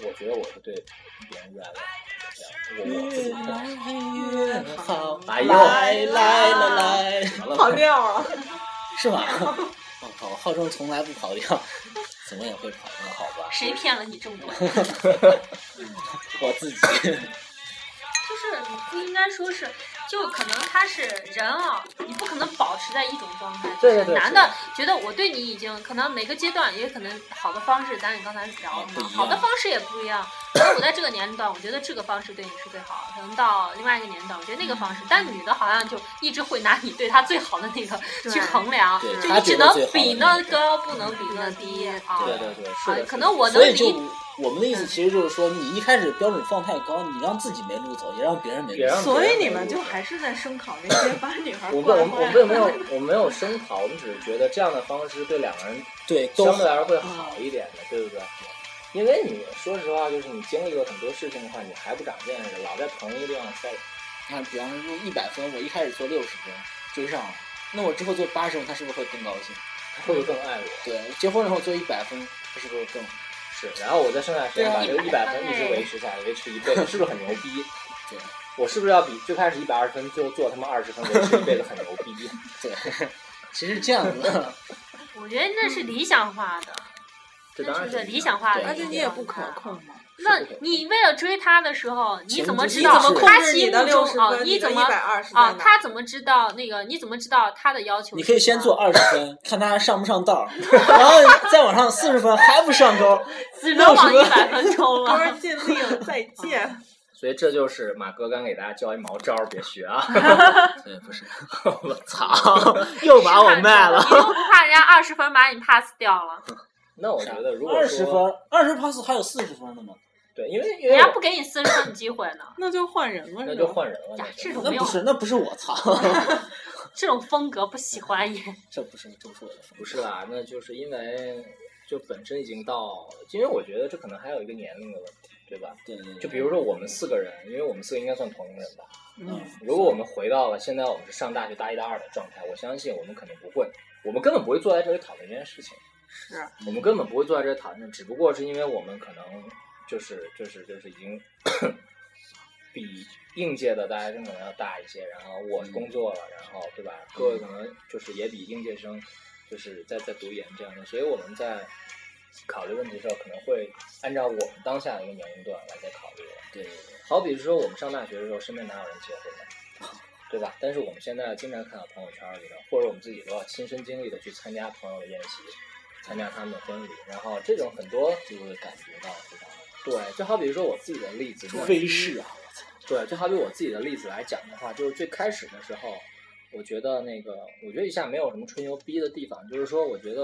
Speaker 2: 我觉得我是对别人越来越好这样，我我自
Speaker 4: 嗯
Speaker 2: 己的。
Speaker 1: 来越好
Speaker 2: 哎呦
Speaker 1: 来来来来，
Speaker 3: 跑调啊，
Speaker 1: 是吗？哦我靠，我号称从来不跑调，怎么也会跑调？好吧，
Speaker 4: 谁骗了你这么多？
Speaker 1: 我自己。
Speaker 4: 就是你不应该说是，就可能他是人啊，你不可能保持在一种状态。
Speaker 2: 对对对
Speaker 4: 男
Speaker 2: 是
Speaker 4: 的觉得我对你已经可能每个阶段也可能好的方式，咱也刚才聊了
Speaker 1: 不一
Speaker 4: 嘛
Speaker 1: 样，
Speaker 4: 好的方式也不一样。可能我在这个年龄段，我觉得这个方式对你是最好的，可能到另外一个年龄段，我觉得那个方式。但女的好像就一直会拿你对她最好的那个
Speaker 3: 对
Speaker 4: 去衡量，
Speaker 1: 对
Speaker 4: 就
Speaker 1: 她
Speaker 4: 你
Speaker 1: 觉
Speaker 4: 只
Speaker 1: 得
Speaker 4: 能
Speaker 1: 最好的
Speaker 4: 比
Speaker 1: 那
Speaker 4: 那
Speaker 1: 个
Speaker 4: 高，不能比那
Speaker 3: 比
Speaker 4: 低
Speaker 3: 那低
Speaker 4: 啊。
Speaker 2: 对对对，是
Speaker 4: 啊
Speaker 2: 的，是，的
Speaker 4: 可能我能
Speaker 1: 所以
Speaker 4: 比
Speaker 1: 就我们的意思其实就是说，你一开始标准放太高，你让自己没路走，也让别人没
Speaker 2: 别
Speaker 1: 路
Speaker 2: 让
Speaker 1: 走。
Speaker 3: 所以你们就还是在声考那些把女孩
Speaker 2: 我们
Speaker 3: 惯
Speaker 2: 我们
Speaker 3: 坏
Speaker 2: 我
Speaker 3: 的
Speaker 2: 们没有我们没有声讨，我们只是觉得这样的方式对两个人
Speaker 1: 对，都
Speaker 2: 相对来说会好一点的，对不对？因为你说实话，就是你经历过很多事情的话，你还不长见识，老在同一个地方摔。
Speaker 1: 你看，比方说一百分，我一开始做六十分，追上了，那我之后做八十分，他是不是会更高兴？
Speaker 2: 会不会更爱我？
Speaker 1: 对，结婚以后做一百分，他是不是更？
Speaker 2: 是，然后我在剩下的时间把这个一
Speaker 4: 对啊
Speaker 2: 百分一直维持下来，维持一辈子，是不是很牛逼？
Speaker 1: 对，
Speaker 2: 我是不是要比最开始一百二十分，最后做他妈二十分，我这一辈子很牛 逼？
Speaker 1: 对，其实这样子的，
Speaker 4: 我觉得那是理想化的，
Speaker 2: 这当然
Speaker 4: 就是
Speaker 2: 是
Speaker 4: 理想化的。
Speaker 3: 而且你也不可控嘛。
Speaker 4: 啊那
Speaker 2: 是不可
Speaker 4: 你为了追他的时候，你怎么知
Speaker 1: 情
Speaker 4: 道
Speaker 1: 绪是
Speaker 4: 他
Speaker 3: 控制
Speaker 4: 心
Speaker 3: 你的
Speaker 4: 目中
Speaker 3: 60
Speaker 4: 啊？
Speaker 3: 分
Speaker 4: 你
Speaker 3: 你的
Speaker 4: 怎么
Speaker 3: 120在
Speaker 4: 啊？
Speaker 3: 哪
Speaker 4: 他怎么知道那个？你怎么知道他的要求？
Speaker 1: 你可以先做二十分，看他还上不上道，然后再往上四十分还不上钩，
Speaker 4: 只能往
Speaker 1: 60
Speaker 4: 一百分冲
Speaker 3: 哥儿
Speaker 4: 了。
Speaker 3: 尽力了，再见。
Speaker 2: 所以这就是马哥刚给大家教一毛招儿，别学啊！
Speaker 1: 对，不是，
Speaker 2: 我
Speaker 1: 操， 又把我卖了。
Speaker 4: 你又不怕人家二十分把你 pass 掉了，
Speaker 2: 那我觉得如果
Speaker 1: 二十
Speaker 2: 说
Speaker 1: 分，二十 pass 还有四十分的呢，
Speaker 2: 对，因为因为
Speaker 4: 人家
Speaker 2: 我
Speaker 4: 不给你四十分的机会呢。
Speaker 3: 那就换人了，
Speaker 2: 那
Speaker 3: 是
Speaker 2: 就
Speaker 3: 吧
Speaker 2: 换人了。那
Speaker 4: 呀，这
Speaker 2: 就
Speaker 4: 种
Speaker 1: 那
Speaker 4: 没有
Speaker 1: 不，是，那不是我操，
Speaker 4: 这种风格不喜欢也。
Speaker 1: 这不是，这不是我的风格
Speaker 2: 不是啦，那就是因为就本身已经到，因为我觉得这可能还有一个年龄的问题，对吧？
Speaker 1: 对对对，
Speaker 2: 就比如说我们四个人，因为我们四个应该算同龄人吧。
Speaker 1: 嗯
Speaker 3: 嗯，，
Speaker 2: 如果我们回到了现在我们是上大学大一大二的状态，我相信我们肯定不会，我们根本不会坐在这里讨论这件事情，
Speaker 3: 是
Speaker 2: 我们根本不会坐在这里讨论，只不过是因为我们可能就是就是就是已经比应届的大学生可能要大一些，然后我工作了，然后对吧？各位可能就是也比应届生就是在在读研这样的，所以我们在考虑问题的时候，可能会按照我们当下的一个年龄段来再考虑了。
Speaker 1: 对对对，
Speaker 2: 好比说我们上大学的时候，身边哪有人结婚呢？对吧？但是我们现在经常看到朋友圈里的，或者我们自己都要亲身经历的去参加朋友的宴席，参加他们的婚礼，然后这种很多
Speaker 1: 就会感觉到非常
Speaker 2: 对，就好比说我自己的例子，
Speaker 1: 威势啊，
Speaker 2: 对，就好比我自己的例子来讲的话，就是最开始的时候，我觉得那个，我觉得一下没有什么吹牛逼的地方，就是说，我觉得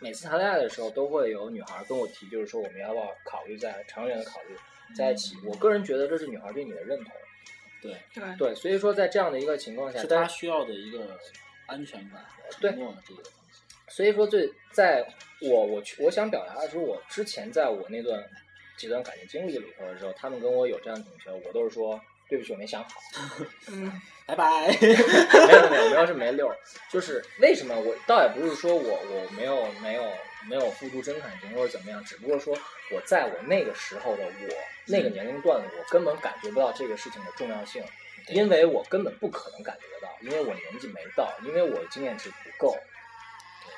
Speaker 2: 每次谈恋爱的时候，都会有女孩跟我提，就是说我们要不要考虑在长远的考虑
Speaker 1: 嗯
Speaker 2: 在一起。我个人觉得这是女孩对你的认同，
Speaker 1: 对，
Speaker 3: 对，
Speaker 2: 对，所以说在这样的一个情况下，
Speaker 1: 是
Speaker 2: 大
Speaker 1: 他
Speaker 2: 家
Speaker 1: 需要的一个安全感、
Speaker 2: 对
Speaker 1: 承诺这个东西。
Speaker 2: 所以说最在我我去我想表达的是，我之前在我那段几段感情经历里头的时候，他们跟我有这样的请求，我都是说对不起，我没想好。
Speaker 3: 嗯，
Speaker 1: 拜 拜。
Speaker 2: 没有没有没有是没溜儿，就是为什么我倒也不是说我我没有没有没有付出真感情或者怎么样，只不过说我在我那个时候的我那个
Speaker 4: 嗯
Speaker 2: 年龄段，我根本感觉不到这个事情的重要性，
Speaker 1: 对
Speaker 2: 因为我根本不可能感觉得到，因为我年纪没到，因为我经验值不够。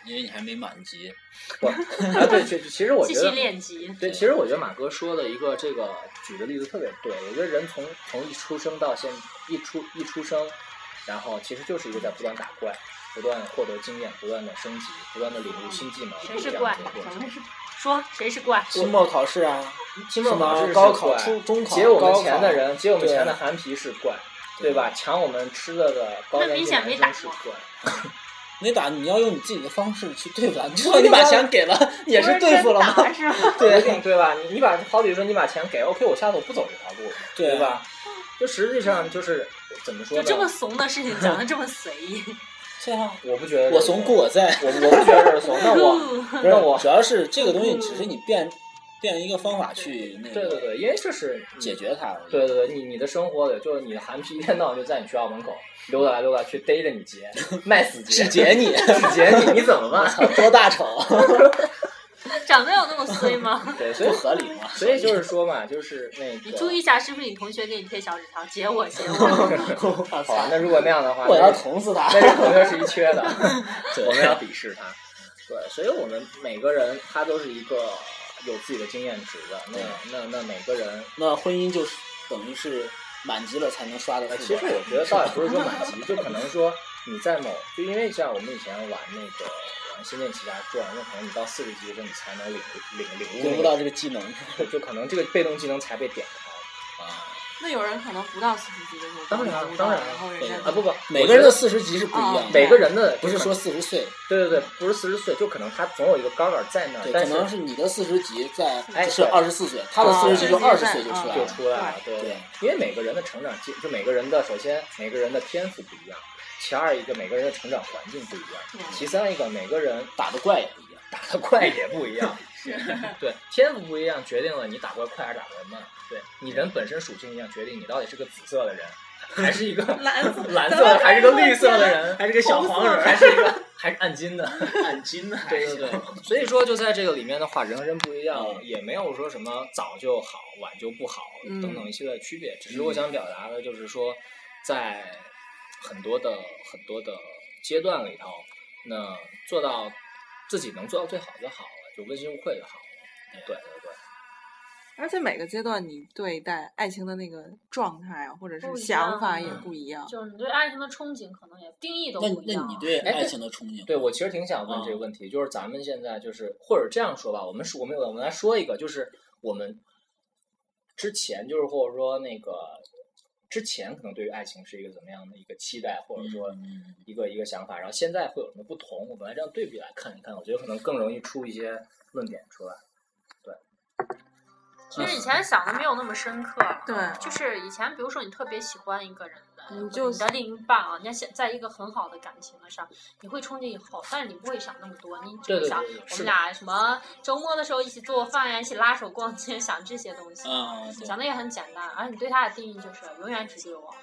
Speaker 1: 因为你还没满级，
Speaker 2: 不，啊对，其其实我
Speaker 4: 继
Speaker 2: 觉
Speaker 4: 续
Speaker 2: 得
Speaker 4: 练级，
Speaker 2: 对，其实我觉得马哥说的一个这个举的例子特别对。我觉得人从从一出生到现一出一出生，然后其实就是一个在不断打怪，不断获得经验，不断的升级，不断的领悟新技能。
Speaker 4: 谁是
Speaker 2: 这
Speaker 4: 怪
Speaker 2: 样的一个？过
Speaker 4: 咱
Speaker 2: 程
Speaker 4: 们是说谁是怪？
Speaker 1: 期末考试啊，
Speaker 2: 期末
Speaker 1: 什么
Speaker 2: 考试是
Speaker 1: 高考
Speaker 2: 怪
Speaker 1: 初中考
Speaker 2: 结我们
Speaker 1: 高
Speaker 2: 钱
Speaker 1: 考
Speaker 2: 的人，结我们
Speaker 1: 对
Speaker 2: 钱的韩皮是怪，对吧？抢我们吃的的高
Speaker 4: 那
Speaker 2: 端
Speaker 4: 明
Speaker 2: 技
Speaker 4: 显
Speaker 2: 能
Speaker 4: 没
Speaker 2: 生
Speaker 4: 打
Speaker 2: 是
Speaker 4: 过
Speaker 2: 怪。
Speaker 1: 没打，你要用你自己的方式去对付他。你就算你把钱给了， 也
Speaker 3: 不
Speaker 1: 是对付了
Speaker 3: 真打
Speaker 1: 吗？
Speaker 3: 是吧？
Speaker 2: 对对吧？你你把好比说你把钱给 OK，我下次我不走这条路，
Speaker 1: 对啊
Speaker 2: 对吧？就实际上就是怎么说
Speaker 4: 就
Speaker 2: 呢？
Speaker 4: 这么怂的事情讲的这么随意，
Speaker 1: 这样，
Speaker 2: 我不觉得
Speaker 1: 我怂故我在。
Speaker 2: 我我不觉得这是怂，那我
Speaker 4: 嗯
Speaker 2: 那我
Speaker 1: 主要是这个东西，只是你变变一个方法去那
Speaker 2: 对对
Speaker 1: 个
Speaker 2: 对，因为这是你
Speaker 1: 解。决它而已。
Speaker 2: 对对对，你你的生活里就是你的韩皮一天到晚就在你学校门口溜达来溜达去，逮着你劫，卖死劫，
Speaker 1: 只劫你，
Speaker 2: 只劫你，你怎么 办？
Speaker 1: 操多大仇，
Speaker 4: 长得有那么衰吗？
Speaker 2: 对，所以
Speaker 1: 不合理嘛。
Speaker 2: 所以就是说嘛，就是那
Speaker 4: 你
Speaker 2: 个
Speaker 4: 注意一下，是不是你同学给你贴小纸条，截我截我？
Speaker 1: 我
Speaker 2: 好吧
Speaker 1: 操，
Speaker 2: 那如果那样的话，
Speaker 1: 我要
Speaker 2: 那
Speaker 1: 捅死他
Speaker 2: 那！这同学是一 缺的，
Speaker 1: 对
Speaker 2: 我们要鄙视他。对，所以我们每个人他都是一个有自己的经验值的，那那那每个人
Speaker 1: 那婚姻就是等于是满级了才能刷的
Speaker 2: 呃，。其实我觉得倒也不是说满级，就可能说你在某，就因为像我们以前玩那个玩《仙剑奇侠传》，那可能你到四十级的时候，你才能领领领
Speaker 1: 领
Speaker 2: 悟
Speaker 1: 不到这个技能
Speaker 2: 个，就可能这个被动技能才被点开
Speaker 1: 啊，
Speaker 3: 那有人可能不到四十级的时候，
Speaker 2: 当然
Speaker 3: 不到
Speaker 2: 当然
Speaker 3: 然后人
Speaker 1: 对
Speaker 3: 家
Speaker 2: 啊！不不，
Speaker 1: 每个人的
Speaker 2: 我觉
Speaker 1: 四十级是不一样
Speaker 2: 得
Speaker 1: 的
Speaker 3: 对，
Speaker 2: 每个人的
Speaker 1: 不是说四十岁，
Speaker 2: 对对对，不是四十岁，就可能他总有一个杆儿在那儿
Speaker 1: 对，，可
Speaker 2: 嗯但
Speaker 1: 能
Speaker 2: 是
Speaker 1: 是你的四十级在
Speaker 2: 哎哦
Speaker 1: 是
Speaker 2: 对
Speaker 1: 二十四岁，他的四十级就
Speaker 3: 啊
Speaker 1: 二十岁就出来
Speaker 2: 就
Speaker 1: 了。
Speaker 2: 出来了，对
Speaker 1: 对，
Speaker 2: 因为每个人的成长经，就每个人的首先每个人的天赋不一样，其二一个每个人的成长环境不一
Speaker 3: 对
Speaker 2: 样，其三一个每个人
Speaker 1: 打的怪也不一样。
Speaker 2: 打得快也不一 样，对，天赋不一样决定了你打怪快还是打怪慢，对你人本身属性一样决定你到底是个紫色的人，还是一个
Speaker 3: 蓝色
Speaker 2: 蓝色的，还是个绿色的人，还是个小黄人，还是一个还是按斤的。
Speaker 5: 按斤的还
Speaker 2: 对
Speaker 5: 行
Speaker 2: 对对，所以说就在这个里面的话，人和人不一样，也没有说什么早就好、晚就不好
Speaker 3: 嗯
Speaker 2: 等等一系列的区别。只是
Speaker 5: 嗯
Speaker 2: 我想表达的就是说，在很多的很多的阶段里头，那做到自己能做到最好就好了，就问心无愧就好了。对对对，
Speaker 3: 而且每个阶段你对待爱情的那个状态啊，或者是
Speaker 4: 不一
Speaker 3: 想法也
Speaker 4: 样
Speaker 2: 嗯
Speaker 3: 不一样。
Speaker 4: 就是你对爱情的憧憬可能也定义都
Speaker 1: 那
Speaker 4: 不一
Speaker 1: 那
Speaker 4: 样。啊
Speaker 1: 你对
Speaker 2: 哎
Speaker 1: 爱
Speaker 2: 对
Speaker 1: 情的憧憬，
Speaker 2: 对我其实挺想问这个问题，就是咱们现在就是或者这样说吧，我们说我们我们来说一个，就是我们之前就是或者说那个之前可能对于爱情是一个怎么样的一个期待，或者说
Speaker 1: 嗯
Speaker 2: 一个一个想法，然后现在会有什么不同？我们来这样对比来看一看，我觉得可能更容易出一些论点出来。
Speaker 4: 其实以前想的没有那么深刻，
Speaker 3: 对
Speaker 4: 就是以前比如说你特别喜欢一个人的，
Speaker 3: 你就
Speaker 4: 你的另一半啊，你要现在一个很好的感情的上，你会憧憬以后，但是你不会想那么多，你只
Speaker 2: 对
Speaker 4: 会
Speaker 2: 对
Speaker 4: 想
Speaker 2: 对对
Speaker 4: 我
Speaker 2: 是
Speaker 4: 们
Speaker 2: 的
Speaker 4: 俩什么周末的时候一起做饭呀，一起拉手逛街，想这些东西，
Speaker 1: 啊，对
Speaker 4: 想的也很简单，而你对他的定义就是永远只对我好，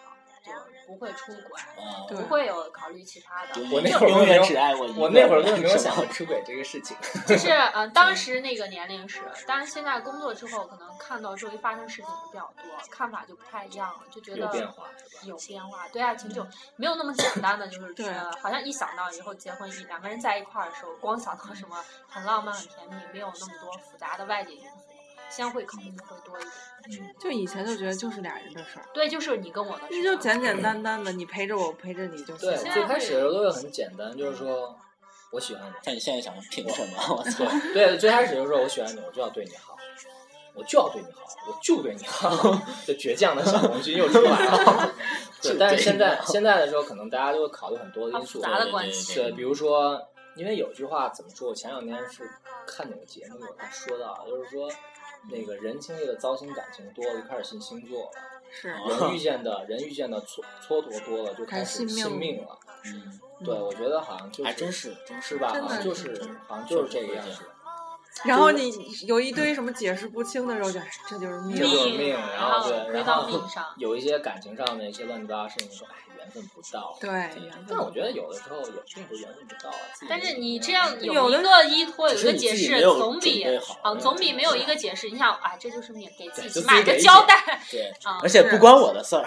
Speaker 4: 就不会出轨，
Speaker 1: 啊，
Speaker 3: 对
Speaker 4: 不会有考虑其他的。
Speaker 1: 永
Speaker 2: 我那
Speaker 1: 远
Speaker 2: 会儿
Speaker 1: 永
Speaker 2: 没
Speaker 1: 远
Speaker 2: 有
Speaker 1: 只爱我一个人。
Speaker 2: 我那会儿根本没有
Speaker 1: 是
Speaker 2: 想
Speaker 1: 吧
Speaker 2: 过出轨这个事情。
Speaker 4: 就是嗯、呃当时那个年龄是，但是现在工作之后，可能看到周围发生事情比较多，看法就不太一样了，就觉得
Speaker 2: 有变化是吧
Speaker 4: 有变化对爱情就没有那么简单的，就是
Speaker 3: 对
Speaker 4: 呃，好像一想到以后结婚，一两个人在一块儿的时候，光想到什么很浪漫、很甜蜜，没有那么多复杂的外界因素，先会考虑会多一点。
Speaker 3: 就以前就觉得就是俩人的事儿，
Speaker 4: 对，就是你跟我的
Speaker 3: 那
Speaker 4: 事，
Speaker 3: 就简简单单的，你陪着我，我陪着你就行
Speaker 2: 对
Speaker 3: 了。，
Speaker 4: 现在
Speaker 2: 最开
Speaker 4: 会
Speaker 2: 始都会很简单，就是说我喜欢你。
Speaker 1: 但你 现在想，凭什么？我操！
Speaker 2: 对对，最开始就说我喜欢你，我就要对你好，我就要对你好，我就对你好，这倔强的小红军又出来了。对，但是现在现在的时候，可能大家都会考虑很多的
Speaker 4: 很
Speaker 2: 因素
Speaker 4: 复，杂
Speaker 1: 对
Speaker 4: 的
Speaker 1: 对
Speaker 4: 关
Speaker 1: 对
Speaker 4: 系。
Speaker 2: 对，比如说，因为有句话怎么说？我前两天是看哪个节目有他说到，就是说那个人经历了糟心感情多了，就开始信星座了。
Speaker 3: 是，
Speaker 2: 人遇见的人遇见的蹉蹉跎多了，就
Speaker 3: 开
Speaker 2: 开始
Speaker 3: 始信
Speaker 2: 信
Speaker 3: 命
Speaker 2: 命了。
Speaker 1: 嗯，
Speaker 2: 对，我觉得好像就是
Speaker 1: 还真是真
Speaker 2: 是吧？
Speaker 3: 真的
Speaker 2: 好像就是是
Speaker 3: 真的
Speaker 2: 好像就是这个样
Speaker 1: 是
Speaker 2: 子。
Speaker 3: 然后你有一堆什么解释不清的时候，就哎这就是命
Speaker 2: 这。就是命
Speaker 4: 然
Speaker 2: 然后对
Speaker 4: 回
Speaker 2: 然
Speaker 4: 到
Speaker 2: 后
Speaker 4: 命上，
Speaker 2: 有一些感情上的一些乱七八糟事情，说哎缘分不到。
Speaker 3: 对缘分
Speaker 2: 但我觉得有的时候也并不是缘分不到啊。自己
Speaker 4: 但是你这样
Speaker 3: 有
Speaker 4: 有
Speaker 3: 的
Speaker 4: 一个依托，有
Speaker 1: 只是
Speaker 4: 一个
Speaker 1: 你
Speaker 4: 解
Speaker 1: 自己
Speaker 4: 释
Speaker 1: 没，有
Speaker 4: 总比
Speaker 1: 准备好
Speaker 4: 啊
Speaker 1: 没有
Speaker 4: 总比
Speaker 1: 准备
Speaker 4: 没有
Speaker 1: 好
Speaker 4: 一个解释。你想啊，这就是命，给自
Speaker 2: 对
Speaker 4: 己
Speaker 2: 就
Speaker 4: 买
Speaker 2: 自己
Speaker 4: 个
Speaker 2: 给自
Speaker 4: 交
Speaker 2: 己
Speaker 4: 代
Speaker 1: 对，
Speaker 4: 啊。
Speaker 1: 而且不关我的事 儿，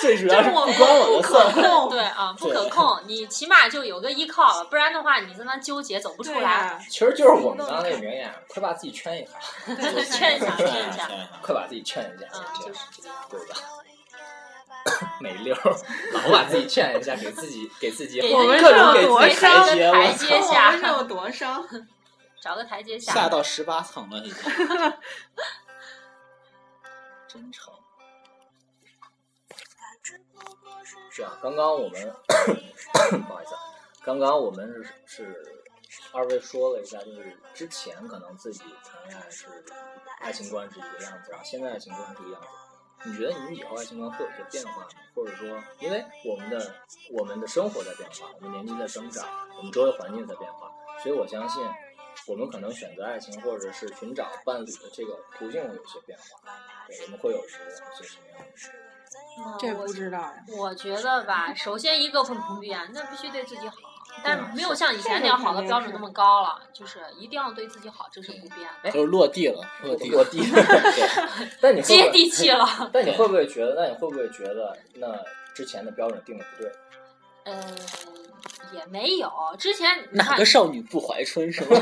Speaker 1: 最主要
Speaker 4: 就是是我
Speaker 1: 不关我的事儿。
Speaker 4: 控，对啊，不可
Speaker 1: 对
Speaker 4: 控，你起码就有个依靠了，不然的话你在那纠结走不出
Speaker 3: 对啊
Speaker 4: 来。
Speaker 3: 呀，
Speaker 2: 其实就是我们刚才那名言，快把自己圈一 下，
Speaker 3: 对
Speaker 4: 劝一下，
Speaker 1: 对
Speaker 4: 劝一下，
Speaker 1: 对
Speaker 2: 快把自己圈一下，
Speaker 4: 嗯，
Speaker 2: 这
Speaker 4: 就
Speaker 2: 样
Speaker 4: 是这个样子。
Speaker 2: 对 吧？没溜儿，老把自己劝一下，给自己给自己
Speaker 4: 给
Speaker 3: 我们
Speaker 2: 各
Speaker 3: 这
Speaker 2: 种
Speaker 3: 样
Speaker 2: 给
Speaker 3: 多
Speaker 2: 自己
Speaker 3: 伤
Speaker 2: 台阶，
Speaker 4: 台
Speaker 2: 我
Speaker 4: 阶
Speaker 2: 操
Speaker 4: 接下
Speaker 3: 我们是有多伤？
Speaker 4: 找个台阶下。
Speaker 1: 下到十八层了已经，真诚。
Speaker 2: 哎是啊，刚刚我们 不好意思啊，刚刚我们是是二位说了一下，就是之前可能自己谈恋爱是爱情观是一个样子，然后现在爱情观是一个样子。你觉得你以后爱情观会有些变化吗？或者说，因为我们的我们的生活在变化，我们年纪在增长，我们周围环境在变化，所以我相信我们可能选择爱情或者是寻找伴侣的这个途径会有些变化。对，我们会有一些一些什么样的？
Speaker 4: 嗯
Speaker 3: 这
Speaker 4: 我
Speaker 3: 不知道呀。
Speaker 4: 我觉得吧，首先一个不同必然，那必须对自己好，但
Speaker 2: 对
Speaker 4: 没有像以前那样好的标准那么高了，就是一定要对自己好，这是不变的，
Speaker 1: 就是落地了，落地
Speaker 2: 落地，对， 但你会不
Speaker 4: 接
Speaker 2: 会
Speaker 4: 地气了。
Speaker 2: 但你会不会觉得？那你会不会觉得那之前的标准定的不对？
Speaker 4: 呃，也没有，之前你
Speaker 1: 哪
Speaker 4: 看
Speaker 1: 个少女不怀春 是吗？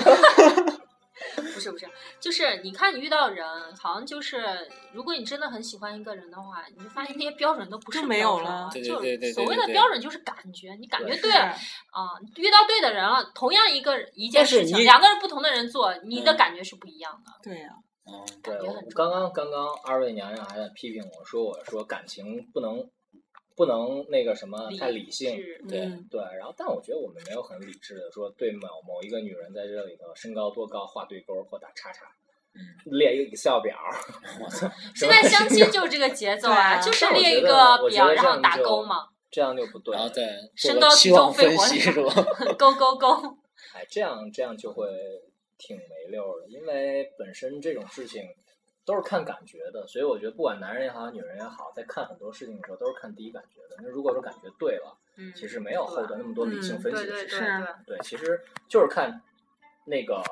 Speaker 4: 不是不是，就是你看你遇到人，好像就是如果你真的很喜欢一个人的话，你就发现那些标准都不是
Speaker 3: 就没
Speaker 4: 标
Speaker 3: 有
Speaker 4: 准
Speaker 3: 了
Speaker 4: 就
Speaker 1: 对
Speaker 4: 是
Speaker 1: 对对对
Speaker 4: 所
Speaker 1: 对
Speaker 4: 谓
Speaker 1: 对
Speaker 4: 的
Speaker 1: 对
Speaker 4: 标准就是感觉，你感觉
Speaker 2: 对
Speaker 4: 对了啊、遇到对的人了，同样一个一件
Speaker 1: 但是
Speaker 4: 事情，
Speaker 1: 你
Speaker 4: 两个人不同的人做，你的
Speaker 1: 嗯
Speaker 4: 感觉是不一样的。
Speaker 3: 对呀，
Speaker 1: 嗯，
Speaker 2: 对
Speaker 4: 感觉
Speaker 2: 我
Speaker 4: 很重
Speaker 2: 刚刚刚刚二位娘娘还在批评我说我说感情不能不能那个什么太理性。
Speaker 4: 是
Speaker 1: 对
Speaker 3: 嗯
Speaker 2: 对，然后但我觉得我们没有很理智的说对某某一个女人在这里头身高多高画对勾或打叉叉，
Speaker 1: 嗯
Speaker 2: 列一个 Excel 表，
Speaker 1: 我操，
Speaker 4: 现在相亲就是这个节奏
Speaker 3: 对
Speaker 4: 啊，
Speaker 3: 啊
Speaker 4: 就是
Speaker 2: 但我
Speaker 4: 列
Speaker 2: 觉
Speaker 4: 一
Speaker 2: 得
Speaker 4: 个
Speaker 2: 我觉
Speaker 4: 表，
Speaker 2: 得
Speaker 4: 然
Speaker 2: 这
Speaker 4: 后
Speaker 2: 样
Speaker 4: 打
Speaker 2: 就
Speaker 4: 勾嘛，
Speaker 2: 这样就不对。
Speaker 1: 然后再做
Speaker 4: 身
Speaker 1: 个
Speaker 4: 高体
Speaker 1: 期
Speaker 4: 重
Speaker 1: 望
Speaker 4: 肺
Speaker 1: 分
Speaker 4: 活
Speaker 1: 析
Speaker 4: 量
Speaker 1: 是吧？
Speaker 4: 勾勾勾。
Speaker 2: 哎，这样这样就会挺没溜儿的，因为本身这种事情，都是看感觉的，所以我觉得不管男人也好，女人也好，在看很多事情的时候都是看第一感觉的。那如果说感觉对了，
Speaker 4: 嗯，
Speaker 2: 其实没有后边那么多理性分析
Speaker 4: 对
Speaker 2: 的
Speaker 4: 对对
Speaker 2: 事情。
Speaker 4: 对，
Speaker 2: 对，其实就是看那个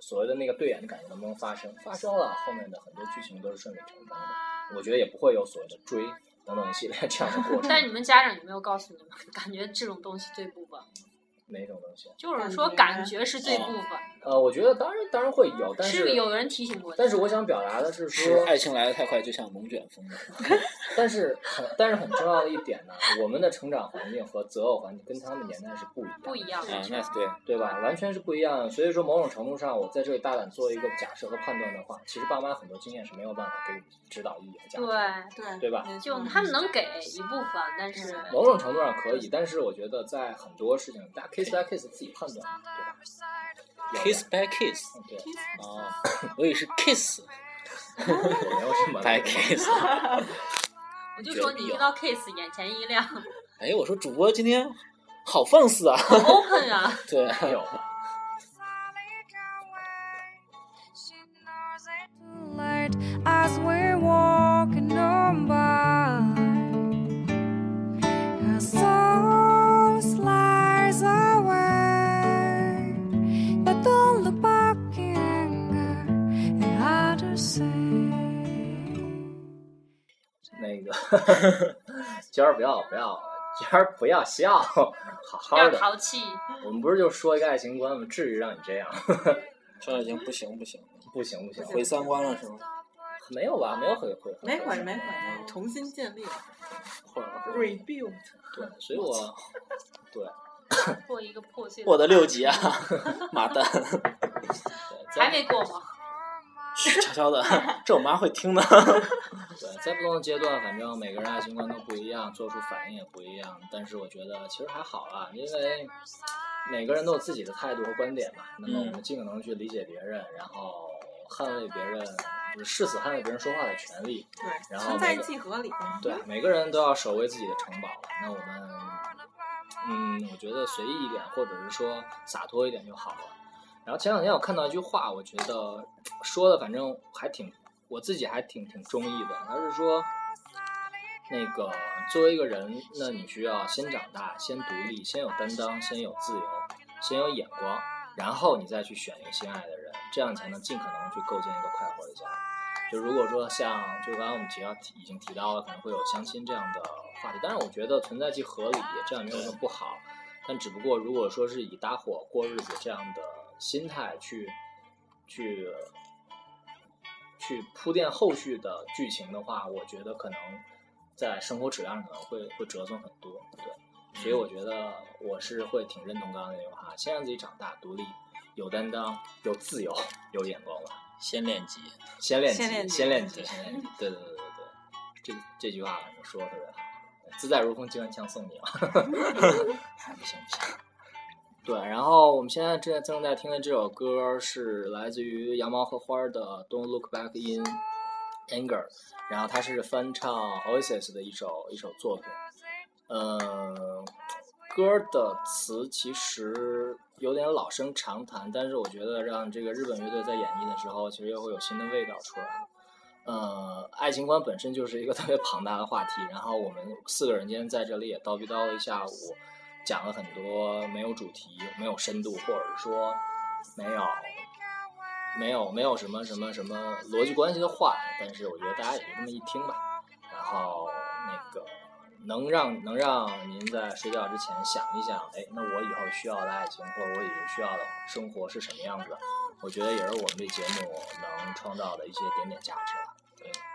Speaker 2: 所谓的那个对眼的感觉能不能发生，发生了，后面的很多剧情都是顺理成章的。我觉得也不会有所谓的追等等一系列这样的过 程。
Speaker 4: 但你们家长有没有告诉你们，感觉这种东西最不稳？
Speaker 2: 哪种东西？
Speaker 4: 就是说感觉是最不稳，
Speaker 2: 呃，我觉得当然当然会有，但
Speaker 4: 是有人提醒过你。
Speaker 2: 但是我想表达的是
Speaker 1: 是
Speaker 2: 说，
Speaker 1: 爱情来的太快，就像龙卷风了。
Speaker 2: 但是很但是很重要的一点呢，我们的成长环境和择偶环境跟他们年代是不一样的
Speaker 4: 不一样的
Speaker 1: 啊，那是对，
Speaker 2: 对吧？完全是不一样的。所以说，某种程度上，我在这里大胆做一个假设和判断的话，其实爸妈很多经验是没有办法给你指导意义和价值的。
Speaker 4: 对，
Speaker 3: 对
Speaker 2: 对吧
Speaker 3: 没错
Speaker 4: 就他们能给一部分，但是
Speaker 2: 某种程度上可以，但是我觉得在很多事情，大家 case by case 自己判断，对吧
Speaker 1: kiss by kiss
Speaker 2: 嗯对，
Speaker 1: 啊，我也是 kiss
Speaker 2: 我没有什么
Speaker 1: by kiss。
Speaker 4: 我就说你遇到 case 眼前一亮
Speaker 1: 哎，我说主播今天好放肆啊！
Speaker 4: ，open 啊，
Speaker 1: 对，
Speaker 2: 没有。
Speaker 5: Light as we're walking on by, her soul slides away. But don't look back in anger and how to say.
Speaker 2: 那个， 娟儿不要不要，娟儿不要笑，好好
Speaker 4: 要
Speaker 2: 的。
Speaker 4: 淘气。
Speaker 2: 我们不是就说一个爱情观吗？至于让你这样？
Speaker 1: 这已经不行不行，
Speaker 2: 不行不行，
Speaker 1: 毁三观了是吗？
Speaker 2: 没有吧？没有毁毁
Speaker 3: 没毁没毁没毁，重新建立了
Speaker 1: 毁了毁了。
Speaker 3: ，rebuild。
Speaker 2: 对，所以我对
Speaker 4: 过一个破碎
Speaker 1: 我的六级 啊，妈蛋，
Speaker 2: 对在
Speaker 4: 还没过吗？
Speaker 1: 嘘悄悄的， 这我妈会听的。
Speaker 2: 对，在不同的阶段，反正每个人爱情观都不一样，做出反应也不一样。但是我觉得其实还好啦，因为每个人都有自己的态度和观点嘛。那么我们尽可能去理解别人，然后捍卫别人，就是誓死捍卫别人说话的权利。
Speaker 3: 对，
Speaker 2: 然后
Speaker 3: 存在
Speaker 2: 那个
Speaker 3: 即合理。
Speaker 2: 对，每个人都要守卫自己的城堡。那我们，嗯，我觉得随意一点，或者是说洒脱一点就好了。然后前两天我看到一句话，我觉得说的反正还挺，我自己还挺挺中意的。他是说，那个作为一个人，那你需要先长大，先独立，先有担当，先有自由，先有眼光，然后你再去选一个心爱的人，这样才能尽可能去构建一个快活的家。就如果说像就刚刚我们提到提已经提到了，可能会有相亲这样的话题，但是我觉得存在即合理，这样没有什么不好。但只不过如果说是以搭伙过日子这样的心态去去去铺垫后续的剧情的话，我觉得可能在生活质量上可能会会折损很多。对，所以我觉得我是会挺认同刚刚那句话，先让自己长大、独立、有担当、有自由、有眼光吧。
Speaker 1: 先练级，
Speaker 2: 先练
Speaker 3: 先练
Speaker 2: 级，
Speaker 3: 级
Speaker 2: 先练级，先练级。对对对对对，这这句话反正说的特别好，自在如风，机关枪送 你啊！
Speaker 1: 不行不行，
Speaker 2: 对，然后我们现在正在正在听的这首歌是来自于羊毛和花儿的《Don't Look Back in Anger》，然后它是翻唱 Oasis 的一首一首作品。嗯，歌的词其实有点老生常谈，但是我觉得让这个日本乐队在演绎的时候，其实又会有新的味道出来。呃，爱情观本身就是一个特 别庞大的话题，然后我们四个人今天在这里也叨逼叨了一下午，讲了很多没有主题、没有深度，或者说没有没有没有什么什么什么逻辑关系的话，但是我觉得大家也就这么一听吧。然后那个能让能让您在睡觉之前想一想，哎，那我以后需要的爱情，或者我以后需要的生活是什么样子的？我觉得也是我们这节目能创造的一些点点价值吧，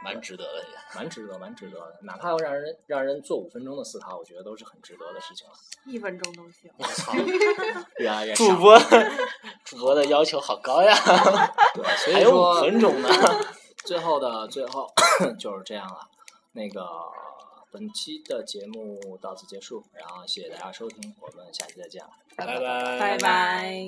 Speaker 1: 蛮值得的也。
Speaker 2: 蛮值得，蛮值得的。哪怕要让人让人做五分钟的思考，我觉得都是很值得的事情了。
Speaker 3: 一分钟都行。
Speaker 2: 操，越来越少
Speaker 1: 主播，主播的要求好高呀，
Speaker 2: 对，所
Speaker 1: 还
Speaker 2: 以
Speaker 1: 有五
Speaker 2: 说
Speaker 1: 分钟 呢。
Speaker 2: 最后的最后 就是这样了。那个本期的节目到此结束，然后谢谢大家收听，我们下期再见了，拜
Speaker 1: 拜。
Speaker 3: 拜拜。